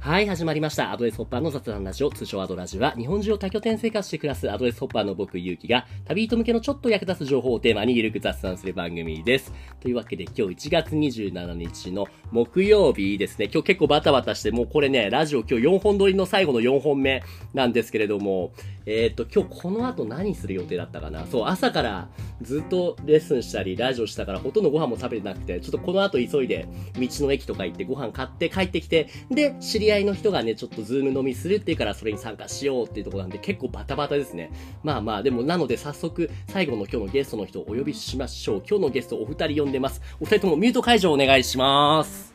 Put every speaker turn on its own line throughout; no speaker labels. はい、始まりました。アドレスホッパーの雑談ラジオ、通称アドラジは、日本中を多拠点生活して暮らすアドレスホッパーの僕、ゆうきが、旅人向けのちょっと役立つ情報をテーマにゆるく雑談する番組です。というわけで、今日1月27日の木曜日ですね。今日結構バタバタして、もうこれね、ラジオ今日4本撮りの最後の4本目なんですけれども、えー、っと、今日この後何する予定だったかなそう、朝からずっとレッスンしたり、ラジオしたから、ほとんどご飯も食べてなくて、ちょっとこの後急いで、道の駅とか行ってご飯買って帰ってきて、で、知り合いの人がね、ちょっとズーム飲みするっていうからそれに参加しようっていうとこなんで結構バタバタですね。まあまあ、でもなので早速最後の今日のゲストの人をお呼びしましょう。今日のゲストお二人呼んでます。お二人ともミュート解除お願いします。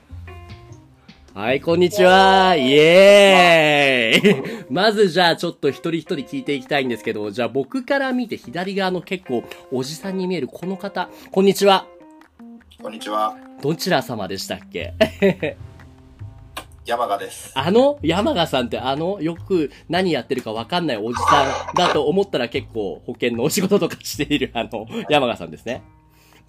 はい、こんにちは。イエーイまずじゃあちょっと一人一人聞いていきたいんですけど、じゃあ僕から見て左側の結構おじさんに見えるこの方、こんにちは。
こんにちは。
どちら様でしたっけ
山賀です。
あの山賀さんってあのよく何やってるかわかんないおじさんだと思ったら結構保険のお仕事とかしている あの山賀さんですね。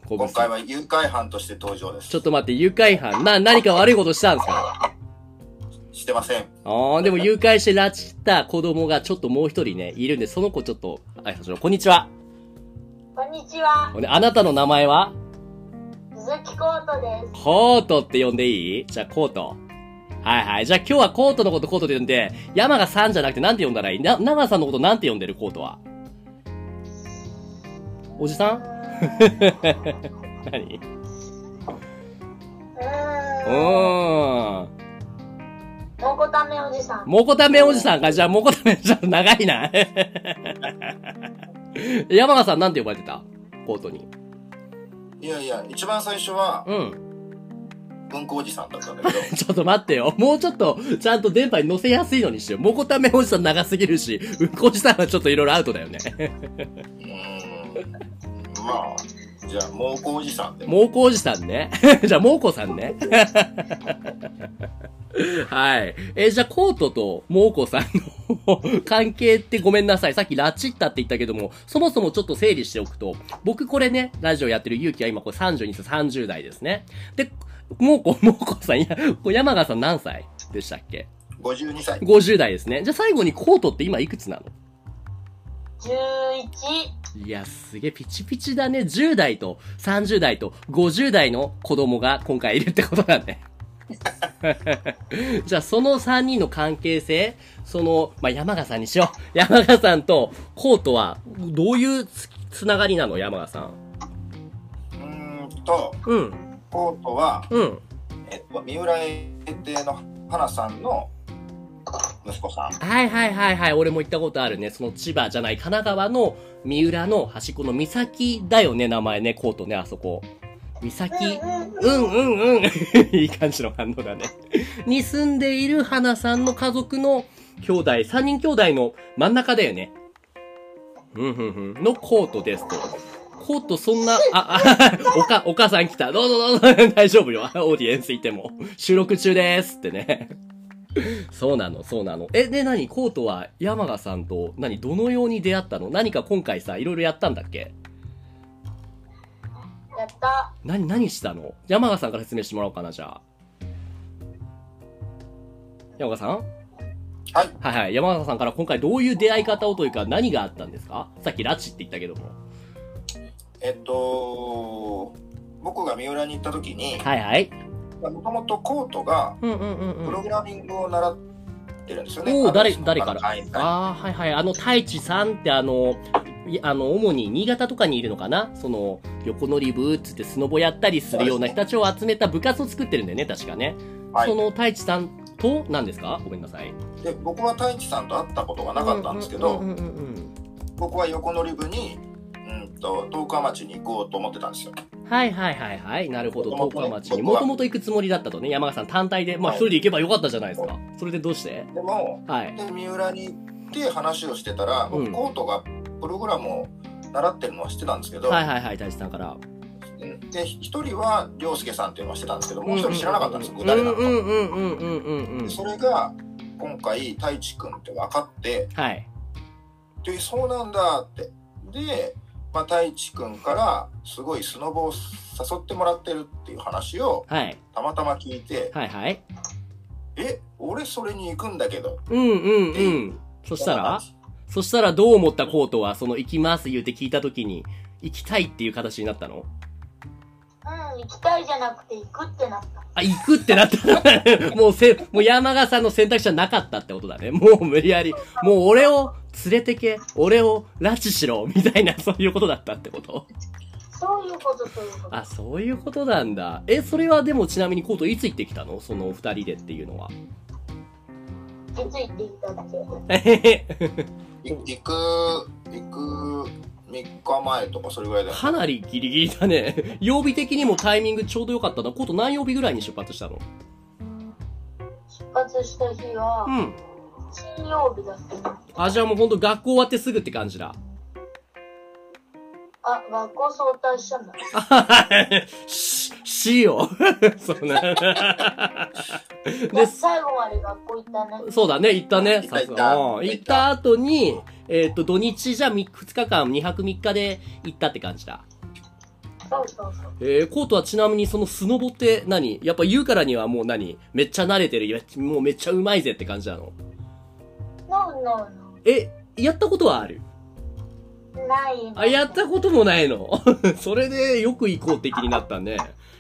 今回は誘拐犯として登場です。
ちょっと待って、誘拐犯な、何か悪いことしたんですか
してません。
ああ、でも誘拐して拉致した子供がちょっともう一人ね、いるんで、その子ちょっと、あい、こんにちは。
こんにちは。
あなたの名前は
鈴木コートです。
コートって呼んでいいじゃあコート。はいはい。じゃあ今日はコートのことコートで呼んで、山がさんじゃなくてなんて呼んだらいいな、長さんのことなんて呼んでるコートは。おじさん何
うーん。もこためおじさん。
もこためおじさんか。じゃあもこためちょっと長いな。 山がさんなんて呼ばれてたコートに。
いやいや、一番最初は、うん。文庫おじさんだったんだけ ど。
ちょっと待ってよ。もうちょっと、ちゃんと電波に乗せやすいのにしよう。もこためおじさん長すぎるし、うんこおじさんはちょっといろいろアウトだよね。
うーん。まあ、じゃあ、猛虎おじさんで。
猛虎おじさんね。 じゃあ、猛虎さんね。 はい。えー、じゃあ、コートと猛虎さんの関係ってごめんなさい。さっきラチッタって言ったけども、そもそもちょっと整理しておくと、僕これね、ラジオやってる勇気は今これ32歳、30代ですね。で、もうこ、もうこさん、や、山川さん何歳でしたっけ
?52 歳。
50代ですね。じゃあ最後にコートって今いくつなの
?11。
いや、すげえピチピチだね。10代と30代と50代の子供が今回いるってことだね。 じゃあその3人の関係性、その、まあ、山川さんにしよう。山川さんとコートはどういうつながりなの山川さん。
うんと、
うん。
コートは、
うん、
えっと、三浦英定の花さんの息子さん。
はいはいはいはい。俺も行ったことあるね。その千葉じゃない、神奈川の三浦の端っこの三崎だよね、名前ね、コートね、あそこ。三崎、うんうんうん。 いい感じの反応だね。に住んでいる花さんの家族の兄弟、3人兄弟の真ん中だよね。うんうんうん。のコートですと。コートそ んな、あ、あ、おか、お母さん来た。どうぞどうぞ。 大丈夫よ。オーディエンスいても。収録中ですってね。そうなの、そうなの。え、で、何コートは山賀さんと、何どのように出会ったの何か今回さ、いろいろやったんだっけ
やった。
何、何したの山賀さんから説明してもらおうかな、じゃあ。山賀さん
はい。
はいはい。山形さんから今回どういう出会い方をというか何があったんですかさっき拉致って言ったけども。
えっと、僕が三浦に行った時に、
はいはい。、
もともとコートが、プログラミングを習ってるんですよね。うんうんうん
お誰、誰からああ、はいはい。あの、太一さんってあの、あの、主に新潟とかにいるのかなその、横乗り部っつってスノボやったりするような人たちを集めた部活を作ってるんだよね、確かね。はい、その太一さんと、何ですかごめんなさい。
で、僕は太一さんと会ったことがなかったんですけど、僕は横乗り部に、と十日町に行こうと思ってたんですよ。
はいはいはいはい。なるほど。十日町に。もともと行くつもりだったとね。山川さん単体で。まあ一人で行けばよかったじゃないですか。はい、それでどうして
でも、
はい、
で三浦に行って話をしてたら、僕、コートがプログラムを習ってるのは知ってたんですけど。うん、
はいはいはい、大地さんから。
で、一人は涼介さんっていうのはしてたんですけど、もう一人知らなかったんですよ、誰なのか。うん
うんうんうんうんうん。
それが、今回、太一君って分かって、
はい。
で、そうなんだって。で、まあ、太一君からすごいスノボを誘ってもらってるっていう話をたまたま聞いて、
はい、はいはい
え俺それに行くんだけど
うんうんうん。そしたらそしたらどう思ったコートは、その行きます言うて聞いた時に、行きたいっていう形になったの
うん、行きたいじゃなくて行くってなった。
あ、行くってなった。もうせ、もう山賀さんの選択肢はなかったってことだね。もう無理やり、もう俺を連れてけ、俺を拉致しろ、みたいな、そういうことだったってこと
そういうことということ。
あ、そういうことなんだ。え、それはでもちなみにコートいつ行ってきたのその二人でっていうのは。
気づいていただけで。
えへへ
い行く行く3日前とかそれぐらいだよね
かなりギリギリだね。曜日的にもタイミングちょうどよかったな。コート何曜日ぐらいに出発したの
出発した日は
う、ん。
金曜日だった。
あ、じゃあもうほんと学校終わってすぐって感じだ。
あ、学校早退したんだ。
し、しよ。そう ね。
で、
で
最後まで学校行ったね。
そうだね、行ったね。
行った
さす
行った
が。うん行った後に、えっ、と、土日じゃ2日間、2泊3日で行ったって感じだ。
そうそうそう。
えー、コートはちなみにそのスノボって何やっぱ言うからにはもう何めっちゃ慣れてるいや。もうめっちゃうまいぜって感じなの。
ノーノーノ
え、やったことはある
ー。ないの
あ、やったこともないの。 それでよく行こうって気になったね。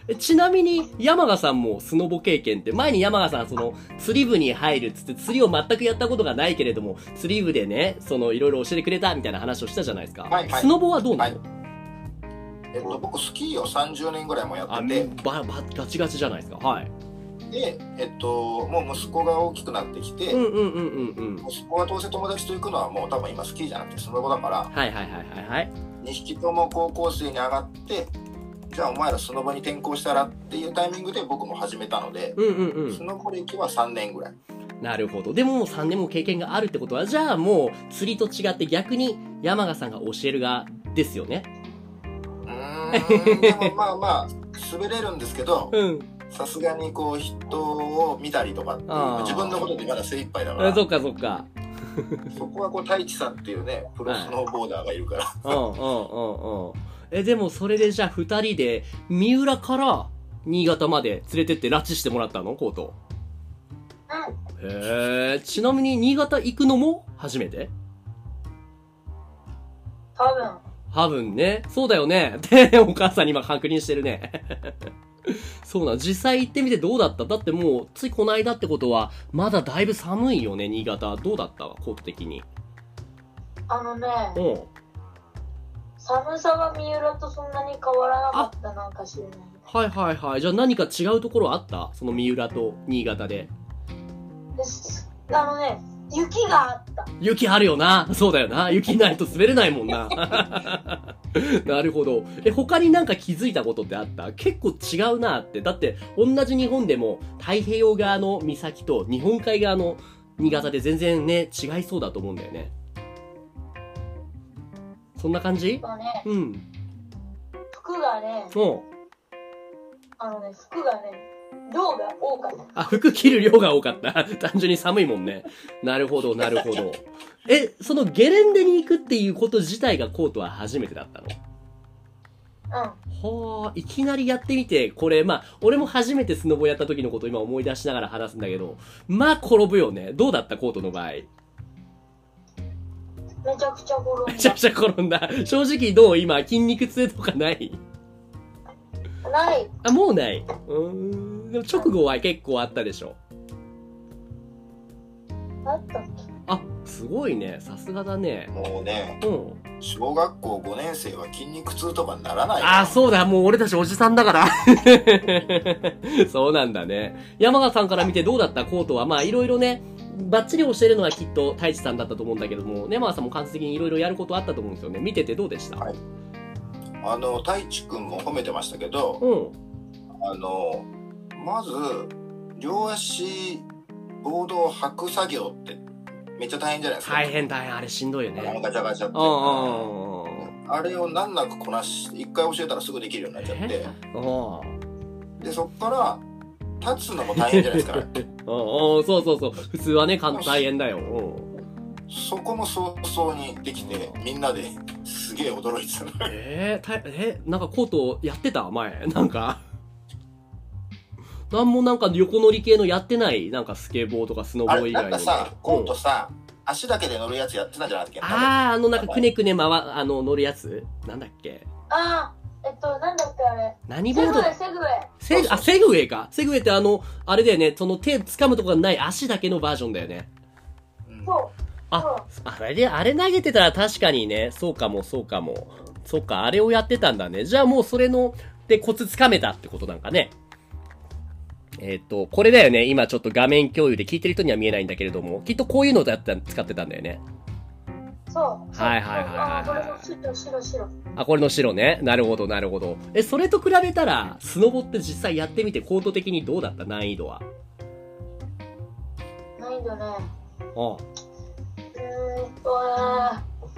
えちなみに、山賀さんもスノボ経験って、前に山賀さん、その、釣り部に入るっつって、釣りを全くやったことがないけれども、釣り部でね、その、いろいろ教えてくれたみたいな話をしたじゃないですか。
はいはい
スノボはどうなの、
えっと僕スキーを30年ぐらいもや
あ、
っ
め
て
ば、ば、ガチガチじゃないですか。はい。
てでえっともう息子が大きくなってきて、
うんうんうんうんうん。
息子がどうせ友達と行くのはもう多分今スキーじゃなくてスノボだから
はいはいはいはいはい。
2匹とも高校生に上がってじゃあお前らスノボに転校したらっていうタイミングで僕も始めたので、
うんうんうん
ス。ノボ歴は3年ぐらい
なるほど。でももう3年も経験があるってことは、じゃあもう釣りと違って逆に山賀さんが教える側ですよね。
う ーんでもまあまあ滑れるんですけど
うん。
さすがにこう人を見たりとかっていう
あー
自分のことでまだ精一杯だか
あ
ら
そ
そ
っかそっか。
こはこう太一さんっていうねプロスノーボーダーがいるから、
うんうんうんうん。え、でもそれでじゃあ二人で、三浦から新潟まで連れてって拉致してもらったのコート。
う
へえ。ちなみに新潟行くのも初めて
ん、多分。
多分ね。そうだよね。 って、お母さんに今確認してるね。 そうなん。実際行ってみてどうだっただってもう、ついこの間ってことは、まだだいぶ寒いよね、新潟。どうだったコート的に。
あの
う
ね、
ん。
寒さは三浦とそんなに変わらなかったなんか知れない。
はいはいはい。じゃあ何か違うところあったその三浦と新潟で。
ですあのね、雪があった。
雪あるよな。そうだよな。雪ないと滑れないもんな。なるほど。え、他になんか気づいたことってあった結構違うなって。だって、同じ日本でも太平洋側の岬と日本海側の新潟で全然ね、違いそうだと思うんだよね。そんな感じ
まあね、
うん。
服がね、
うん。
あのね、服がね、量が多かった。
あ、服着る量が多かった。 単純に寒いもんね。なるほど、なるほど。え、そのゲレンデに行くっていうこと自体がコートは初めてだったの
うん。
はあ、いきなりやってみて、これ、まあ、俺も初めてスノボやった時のこと今思い出しながら話すんだけど、まあ、転ぶよね。どうだったコートの場合。め
めちゃくちゃ転ん
ちゃ
だ
く。ちゃ転んだ。正直どう今、筋肉痛とかない
ない。
あ、もうないうーん。でも直後は結構あったでしょ。
あったっ
あ、すごいね。さすがだね。
もうね
うん。
小学校5年生は筋肉痛とかならないよ
あ、そうだ。もう俺たちおじさんだから。 そうなんだね。山川さんから見てどうだったコートは、まあいろいろね、バッチリ教えるのはきっと太一さんだったと思うんだけども、ね、山川さんも間接的にいろいろやることあったと思うんですよね。見ててどうでした、
はいあの太一くんも褒めてましたけど、
うん。
あのまず両足ボードを履く作業ってめっちゃ大変じゃないですか
大変大変、あれしんどいよ
あの
ね。
ガチャガチャって
うんうんうんうん。
あれを難なくこなし一回教えたらすぐできるようになっちゃって
うん
でそっから立つのも大変じゃないで す
う
か
んうん、そうそうそう。普通はね、簡単大変だよ。うん。
そこも早々にできてみんなですげえ驚いてたの
えー、たえ、なんかコートやってた前。なんか。なんもなんか横乗り系のやってない、なんかスケボーとかスノボ
あ
ー
れ
以
なん
外
か
の。
さ
う
今
ん
度さ、足だけで乗るやつやってたんじゃなかったっけ
あー、あのなんかくねくね回、あの、乗るやつなんだっけ
あー、えっと、なんだっけあれ。
何ボ
セ
ー
グウ
ド
ェ
だ
イ、セグウェイ。
セグ、あ、セグウェイか。セグウェイってあの、あれだよね、その手掴むとこがない足だけのバージョンだよね。
うん
そう。
あ、あれで、あれ投げてたら確かにね、そうかも、そうかも。そうか、あれをやってたんだね。じゃあもうそれの、で、コツつかめたってことなんかね。えっ、と、これだよね。今ちょっと画面共有で聞いてる人には見えないんだけれども、きっとこういうのをやった使ってたんだよね。
そう。
はいはいはいはいはい
そうあーこれも白、白、白。
あ、これの白ね。なるほど、なるほど。え、それと比べたら、スノボって実際やってみて、コート的にどうだった難易度は。
ないんだね。
あ
うーんと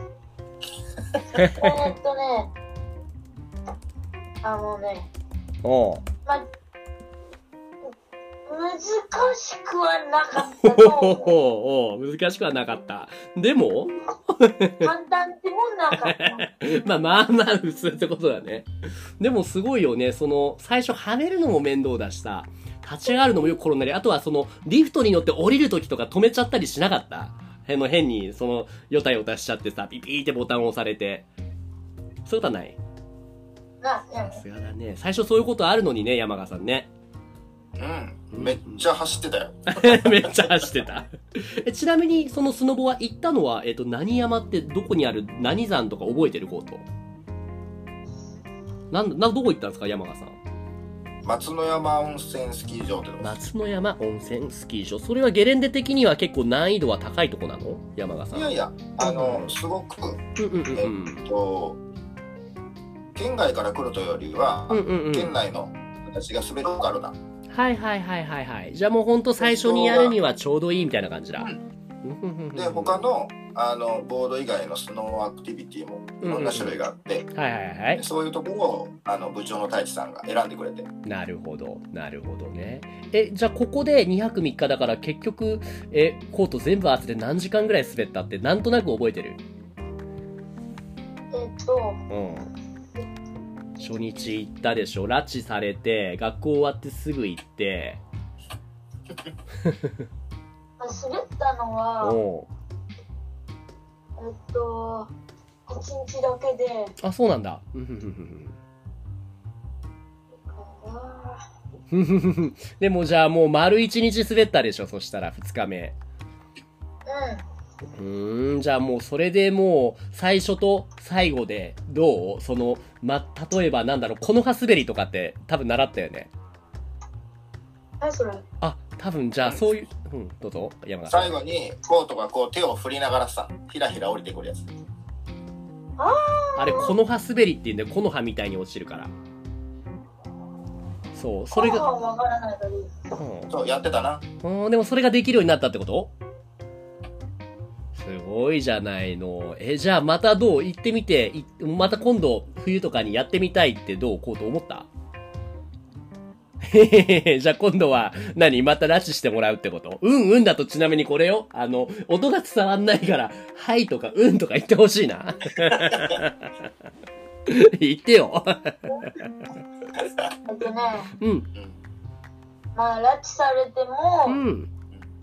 ね えーっとねあのね
あ、お
ま難しくはなかったと
ほ
思う
ほほ難しくはなかった。でも、
簡単でもな かった
まあまあまあ普通ってことだね。でもすごいよね。その、最初跳ねるのも面倒だしさ、立ち上がるのもよく転んだり、あとはその、リフトに乗って降りる時とか止めちゃったりしなかった。変の変に、その、ヨタヨタしちゃってさ、ピピーってボタンを押されて。そういうことはない。
な
さすがだね。最初そういうことあるのにね、山川さんね。
うんめっちゃ走ってたよ
めっちゃ走ってた。えちなみに、そのスノボは行ったのは、えっと、何山ってどこにある、何山とか覚えてるコートなん、なん、どこ行ったんですか、山川さん。
松の山温泉スキー場ってとこ
夏の山温泉スキー場それはゲレンデ的には結構難易度は高いとこなの山賀さん
いやいやあのすごく、
うんうんうんうん
えっと県外から来るというよりは、
うんうんう
県
ん
内の私が滑るローカルな
はいはいはいはいはいじゃあもうほんと最初にやるにはちょうどいいみたいな感じだ
うん
うんうんうんうん
で他のあのボード以外のスノーアクティビティもいろんな種類があって、
はいはいはい
でそういうところをあの部長の太一さんが選んでくれて
なるほどなるほどねえじゃあここで2泊3日だから結局えコート全部合わせて何時間ぐらい滑ったってなんとなく覚えてる
えーっと
うん初日行ったでしょ拉致されて学校終わってすぐ行って
まあ滑ったのは
おう
えーっと1日だけで
あそうなんだうんうんうんうん
あ
ふふふふでもじゃあもう丸一日滑ったでしょそしたら二日目。
ーうん
うーん、じゃあもうそれでもう最初と最後でどうその、ま、例えばなんだろう、この葉滑りとかって多分習ったよね。
何それ
あ、多分じゃあそういう、うん、どうぞ、山田さん。
最後にコートがこう手を振りながらさひらひら降りてくるやつ
あれ、この葉滑りっていうんで、この葉みたいに落ちるから。そう、それ
ご飯
が、
はわからないのに
うん
そうやってたな
うん、でもそれができるようになったってことすごいじゃないの。え、じゃあまたどう行ってみて、いまた今度冬とかにやってみたいってどうこうと思ったへへへへじゃあ今度は何また拉致してもらうってことうんうんだとちなみにこれよ。あの、音が伝わんないから、はいとかうんとか言ってほしいな。 言ってよ。
えっとね
うん。
まあ拉致されても、
うん。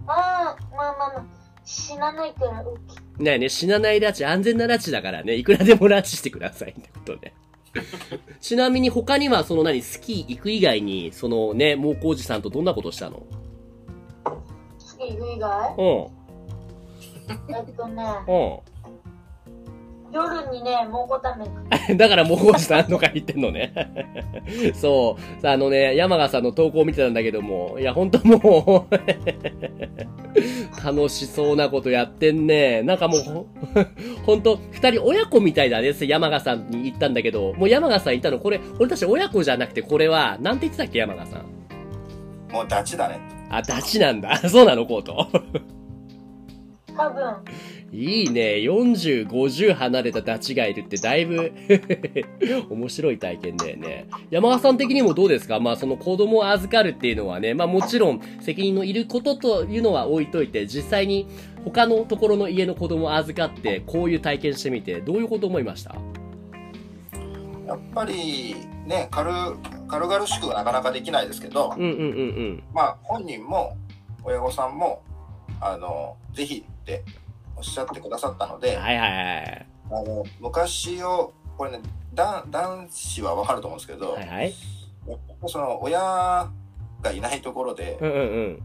まあまあまあまあ死なないからウキ
ねえね、死なない拉致、安全な拉致だからね、いくらでも拉致してくださいってこと ね。ちなみに他には、その何、スキー行く以外に、そのね、猛工事さんとどんなことしたの
次行く以外
う
えっとね
ん、
夜にね蒙古タンメン食う
うん。だから猛工事さんとか言ってんのね。 そう。さあのね、山川さんの投稿を見てたんだけども、いや、ほんともう、楽しそう なことやってんね。なんかもうほ、ほんと、二人親子みたいだね。山川さんに言ったんだけど、もう山川さん言ったの、これ、俺たち親子じゃなくて、これは、なんて言ってたっけ、山川さん。
もうダチだね
あ、ダチなんだ。 そうなの、コート。
多分
いいね。40、50離れたダチがいるってだいぶ、 面白い体験だよね。山川さん的にもどうですかまあその子供を預かるっていうのはね、まあもちろん責任のいることというのは置いといて、実際に他のところの家の子供を預かって、こういう体験してみて、どういうこと思いました
やっぱりね軽軽々しくはなかなかできないですけど、
うんうんうんうん。
まあ本人も親御さんもあのぜひっておっしゃってくださったので、
はいはいはい。
あの昔をこれねだ男子はわかると思うんですけど、
はいはい。
やっぱその親がいないところで
うんうんうん。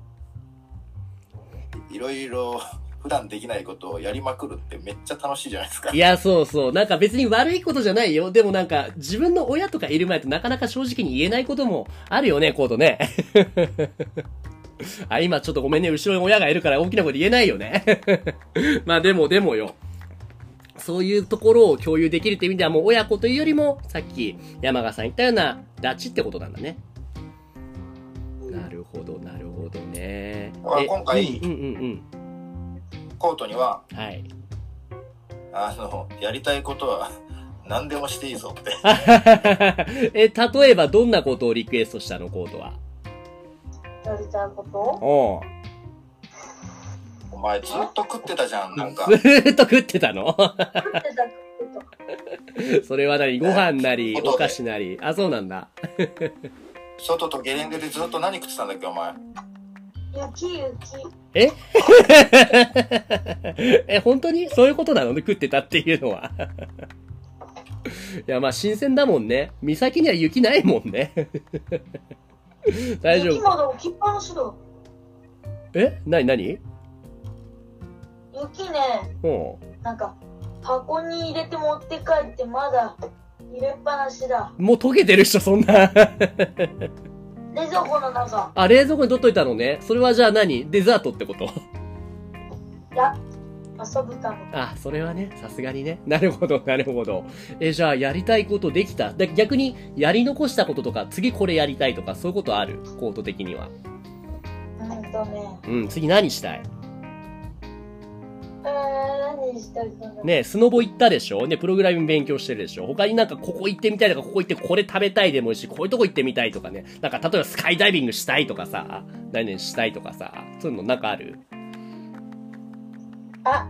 いろいろ 普段できないことをやりまくるってめっちゃ楽しいじゃないですか
い。や、そうそう。なんか別に悪いことじゃないよ。でもなんか、自分の親とかいる前となかなか正直に言えないこともあるよね、コートね。 あ、今ちょっとごめんね。後ろに親がいるから大きなこと言えないよね。 まあでも、でもよ。そういうところを共有できるって意味ではもう親子というよりも、さっき山川さん言ったような、ダッチってことなんだね。なるほど、なるほどね。
だから
え
今回
うんうんうん
コートには
うん。はい。
あのやりたいことは何でもしていいぞって。
え、例えばどんなことをリクエストしたの、コートは。
やりたいこと
お
お前ずっと食ってたじゃんなんか
ずーっと食ってたの
食ってたこと
それは何ご飯なり、
外で
お菓子なり。あ、そうなんだ。
外とゲレンデでずっと何食ってたんだっけお前
雪雪
え、本当にそういうことなのね、食ってたっていうのは。いや、まあ、新鮮だもんね。岬には雪ないもんね。 大丈
雪
夫。
まだ置きっぱなしだ
えなになに
雪ね
うん。
なんか箱に入れて持って帰ってまだ入れっぱなしだ
もう溶けてる人、そんな。
冷蔵庫の中
あ、冷蔵庫に取っといたのね。それはじゃあ何デザートってこと
や遊ぶため
あ、それはね、さすがにね。 なるほど、なるほど。え、じゃあ、やりたいことできたで逆に、やり残したこととか、次これやりたいとか、そういうことあるコート的には。
うんとね
うん、次何したい
えー、何してるの
ねえスノボ行ったでしょね、プログラミング勉強してるでしょ他になんか、ここ行ってみたいとか、ここ行ってこれ食べたいでもいいし、こういうとこ行ってみたいとかね。なんか、例えばスカイダイビングしたいとかさ、何々したいとかさ、そういうのなんかある
あ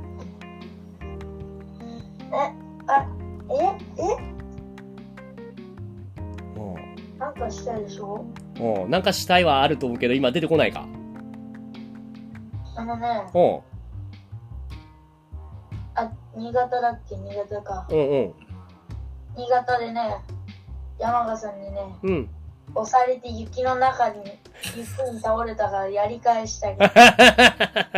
えあええ
うん。
なんかしたいでしょ
うん、なんかしたいはあると思うけど、今出てこないか。
あのね
うん。
あ新潟だっけ新潟か
うんうん。
新潟でね山賀さんにね
うん。
押されて雪の中に雪に倒れたからやり返したい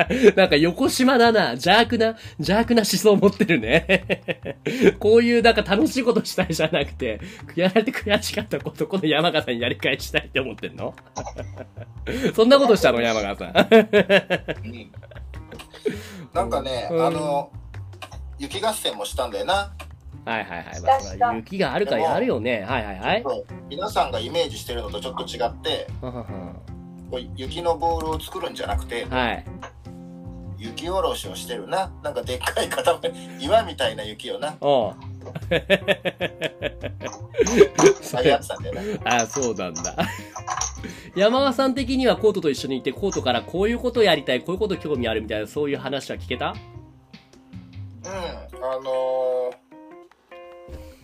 けど
なんか横島だな。邪悪な、邪悪な思想持ってるね。 こういうなんか楽しいことしたいじゃなくて、やられて悔しかったこと、この山川さんにやり返したいって思ってんの そんなことしたの山 川さん。
うんなんかね、
うん
あの雪合戦もしたんだよな
はいはいはい。まあ、それは雪があるからやるよね。はいはいはい。
皆さんがイメージしてるのとちょっと違ってこう雪のボールを作るんじゃなくて
はい。
雪下ろしをしてるななんかでっかい固め岩みたいな雪よな
おう
ああいうやつなんだよな
あ、そうなんだ。山川さん的にはコートと一緒にいて、コートからこういうことやりたい、こういうこと興味あるみたいな、そういう話は聞けた
うん、あのー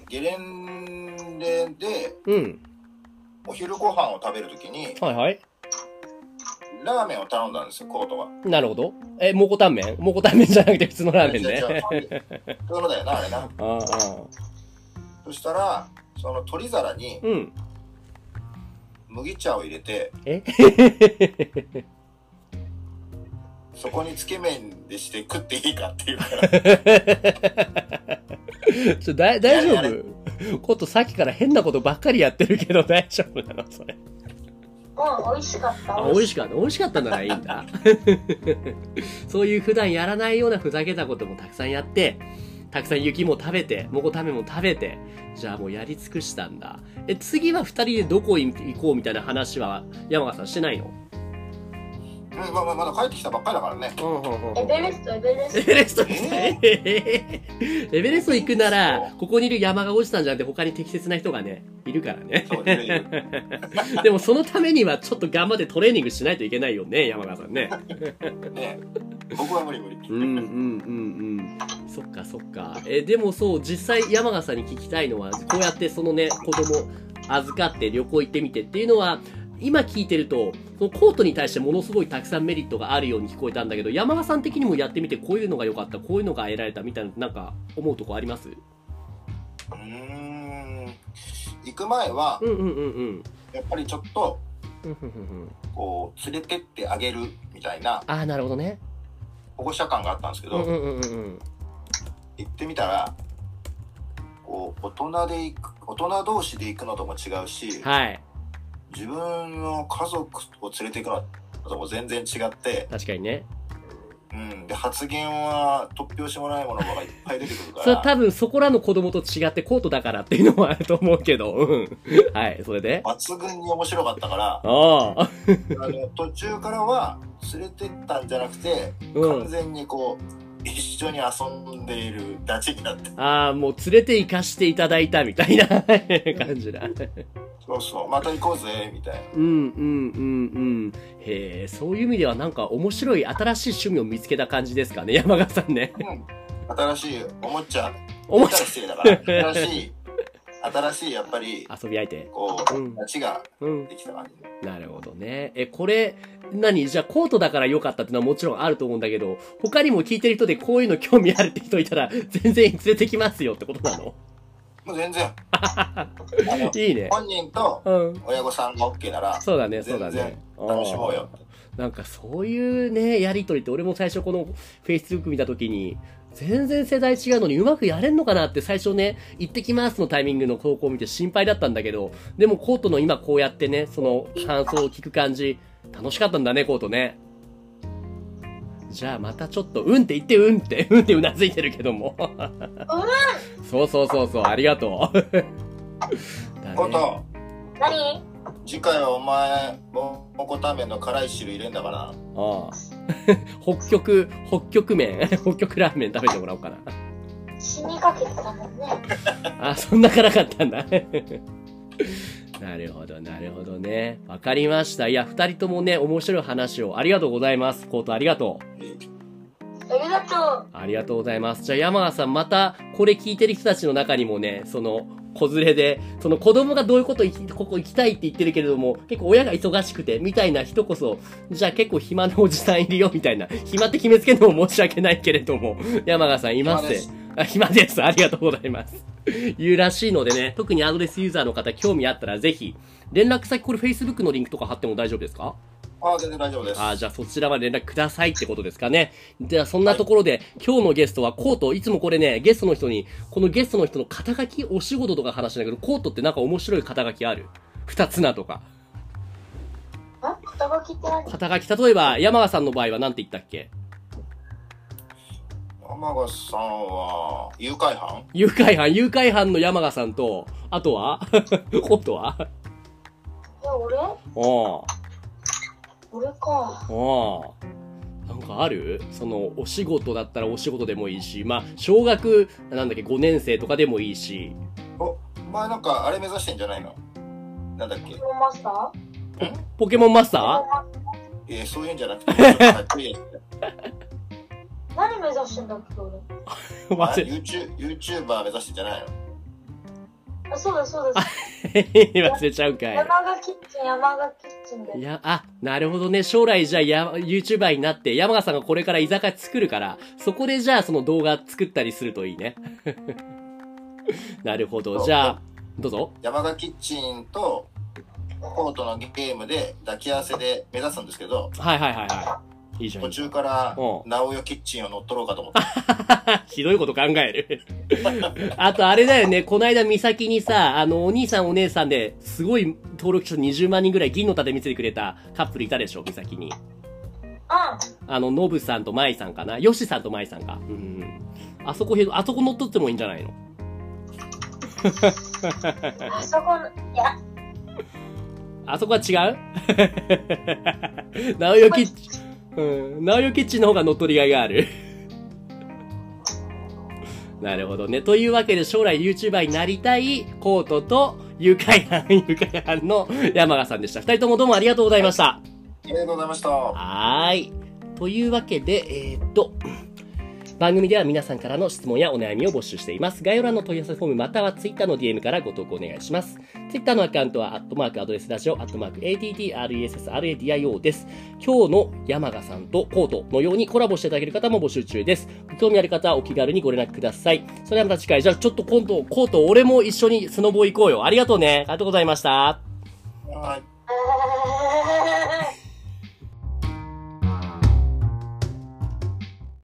ゲレンデで
うん。
お昼ご飯を食べるときに
はいはい。
ラーメンを頼んだんですよコートは。
なるほど。え、蒙古タンメン蒙古タンメンじゃなくて普通のラーメン
違う違
ね。
うそういうことだよなあれな。
ああ、
そしたらその取り皿に
うん。
麦茶を入れて
え
そこにつけ麺でして食っていいかっていうから
ちょ、だ、大丈夫コットさっきから変なことばっかりやってるけど大丈夫なのそれ。
うん美味しかった
あ、美味しかった。美味しかったならいいんだ。 そういう普段やらないようなふざけたこともたくさんやって、たくさん雪も食べて、モコタメも食べて、じゃあもうやり尽くしたんだ。え、次は二人でどこ行こうみたいな話は山川さんしてないの
うんまあまあまだ帰ってきたばっかりだからね。
うんうんうんうん
エベレストエベレ
エ
スト
ベレスト行きたい。エベレスト行くなら、ここにいる山が落ちたんじゃなくて、他に適切な人がね、いるからね。
そうね
でもそのためには、ちょっと頑張ってトレーニングしないといけないよね、山川さんね。
ね僕は無理無理。
うんうんうんうん。そっかそっか。え、でもそう、実際山川さんに聞きたいのは、こうやってそのね、子供、預かって旅行行ってみてっていうのは、今聞いてると、そのコートに対してものすごいたくさんメリットがあるように聞こえたんだけど、山田さん的にもやってみて、こういうのが良かった、こういうのが得られたみたいな、なんか思うとこあります
うーん行く前は
うんうんうんうん。
やっぱりちょっと
うんうんうんうん
こう連れてってあげるみたいな
ああ、なるほどね。
保護者感があったんですけ
う
ど、
んうんうんうん。
行ってみたらこう大人で行く大人同士で行くのとも違うし、
はい。
自分の家族を連れて行くのとも全然違って、
確かにね。
うん、で発言は突拍子もないものがいっぱい出てくるか
それ
ら
多分そこらの子供と違ってコートだからっていうのもあると思うけど、うん。はい、それで
抜群に面白かったから
ああ、
あの途中からは連れてったんじゃなくて、
うん
完全にこう一緒に遊んでいるダチになって
ああ、もう連れて行かしていただいたみたいな 感じだ。
そうそうまた行こうぜみたいな
うんうんうんうん。へえ、そういう意味ではなんか面白い新しい趣味を見つけた感じですかね、山川さんね。
新しいおもちゃ
面
た
白
ら失礼だから新しい新しいやっぱり
い。遊び相手。
こ
う
うんダチが
うん。
できた感じ
なるほどね。え、これ、何じゃあコートだから良かったってのはもちろんあると思うんだけど、他にも聞いてる人でこういうの興味あるって人いたら、全然連れてきますよってことなの
もう 全然あの
いいね。
本人と
うん。
親御さんが OK なら
そうだね、そうだ
全
ね。
楽しもうよ
なんかそういうね、やりとりって、俺も最初この Facebook 見たときに、全然世代違うのにうまくやれんのかなって最初ね、行ってきますのタイミングの投稿を見て心配だったんだけど、でもコートの今こうやってね、その感想を聞く感じ、楽しかったんだね、コートね。じゃあまたちょっと、うんって言って、うんって、 うんってうなずいてるけども。そうそうそうそう、ありがとう。 だね
こと
何
次回はお前ももこための辛い汁入れんだから
ああ 北極、北極麺、 北極ラーメン食べてもらおうかな。
死にかけてたもんね。
あ、そんな辛かったんだ。 なるほど、なるほどね。わかりました。いや、二人ともね、面白い話をありがとうございます。コートありがとう。
ありがと
ありがとうございます。じゃあ、山川さん、また、これ聞いてる人たちの中にもね、その、子連れで、その子供がどういうこと行き、ここ行きたいって言ってるけれども、結構親が忙しくて、みたいな人こそ、じゃあ結構暇なおじさんいるよ、みたいな。暇って決めつけるのも申し訳ないけれども、山川さんいます
暇です
あ暇です。ありがとうございます。いうらしいのでね、特にアドレスユーザーの方興味あったらぜひ、連絡先これ Facebook のリンクとか貼っても大丈夫ですか
ああ全然大丈夫です
あーじゃあそちらまで連絡くださいってことですかね。じゃあそんなところで、今日のゲストはコート、いつもこれね、ゲストの人に、このゲストの人の肩書き、お仕事とか話しないけど、コートってなんか面白い肩書きある二つなとか。
う。ん肩書きって何
肩書き、例えば山川さんの場合は何て言ったっけ
天川さんは誘拐犯
誘拐犯、誘拐犯の山川さんと、あと はコートは
え、俺
おー。
俺か。
ああ。なんかあるその、お仕事だったらお仕事でもいいし、まあ、小学、なんだっけ、5年生とかでもいいし、
お前なんかあれ目指してんじゃないのなんだっけ
ポケモンマスター
ポケモンマス
ポケモ
タ
ンマス
えー、そういうんじゃな くて、ちょっとかっこいいやつ
ター何目指してんだっけ、俺。
ー
あ
忘れ
YouTube YouTuber 目指してんじゃないの
あ、そうだそうだ。
忘れちゃうんかい。
山がキッチン、山がキッチンで
い。や、あ、なるほどね。将来じゃあや、YouTuber になって、山川さんがこれから居酒屋作るから、そこでじゃあその動画作ったりするといいね。 なるほど。じゃあ、どうぞ。
山田キッチンとコートのゲームで抱き合わせで目指すんですけど、
はいはいはいはい。いいじゃんい
途
いじゃ
中から
うん
直代キッチンを乗っ取ろうかと思って。
ん。 ひどいこと考える。 あとあれだよね、この間美咲にさ、あの、お兄さんお姉さんで、すごい登録者20万人ぐらい銀の盾見せてくれたカップルいたでしょ、美咲に。
う
あの、ノブさんとマイさんかな。ヨシさんとマイさんか。うんうん。あそこへ、あそこ乗っ取ってもいいんじゃないの
ん。あそこの、いや、
あそこは違う ナオヨキッチン、うん、ナオヨキッチンの方が乗っ取りがいがある。 なるほどね。というわけで将来 YouTuber になりたいコートと誘拐犯、誘拐犯の山川さんでした。二人ともどうもありがとうございました。
ありがとうございました。
はーい。というわけで、えーっと、番組では皆さんからの質問やお悩みを募集しています。概要欄の問い合わせフォームまたは Twitter の DM からご投稿お願いします。Twitter のアカウントは、アットマークアドレスラジオ、アットマーク ADDRESSRADIO です。今日の山賀さんとコートのようにコラボしていただける方も募集中です。ご興味ある方はお気軽にご連絡ください。それではまた次回、じゃあちょっと今度、コート俺も一緒にスノボ行こうよ。ありがとうね。ありがとうございました。
はい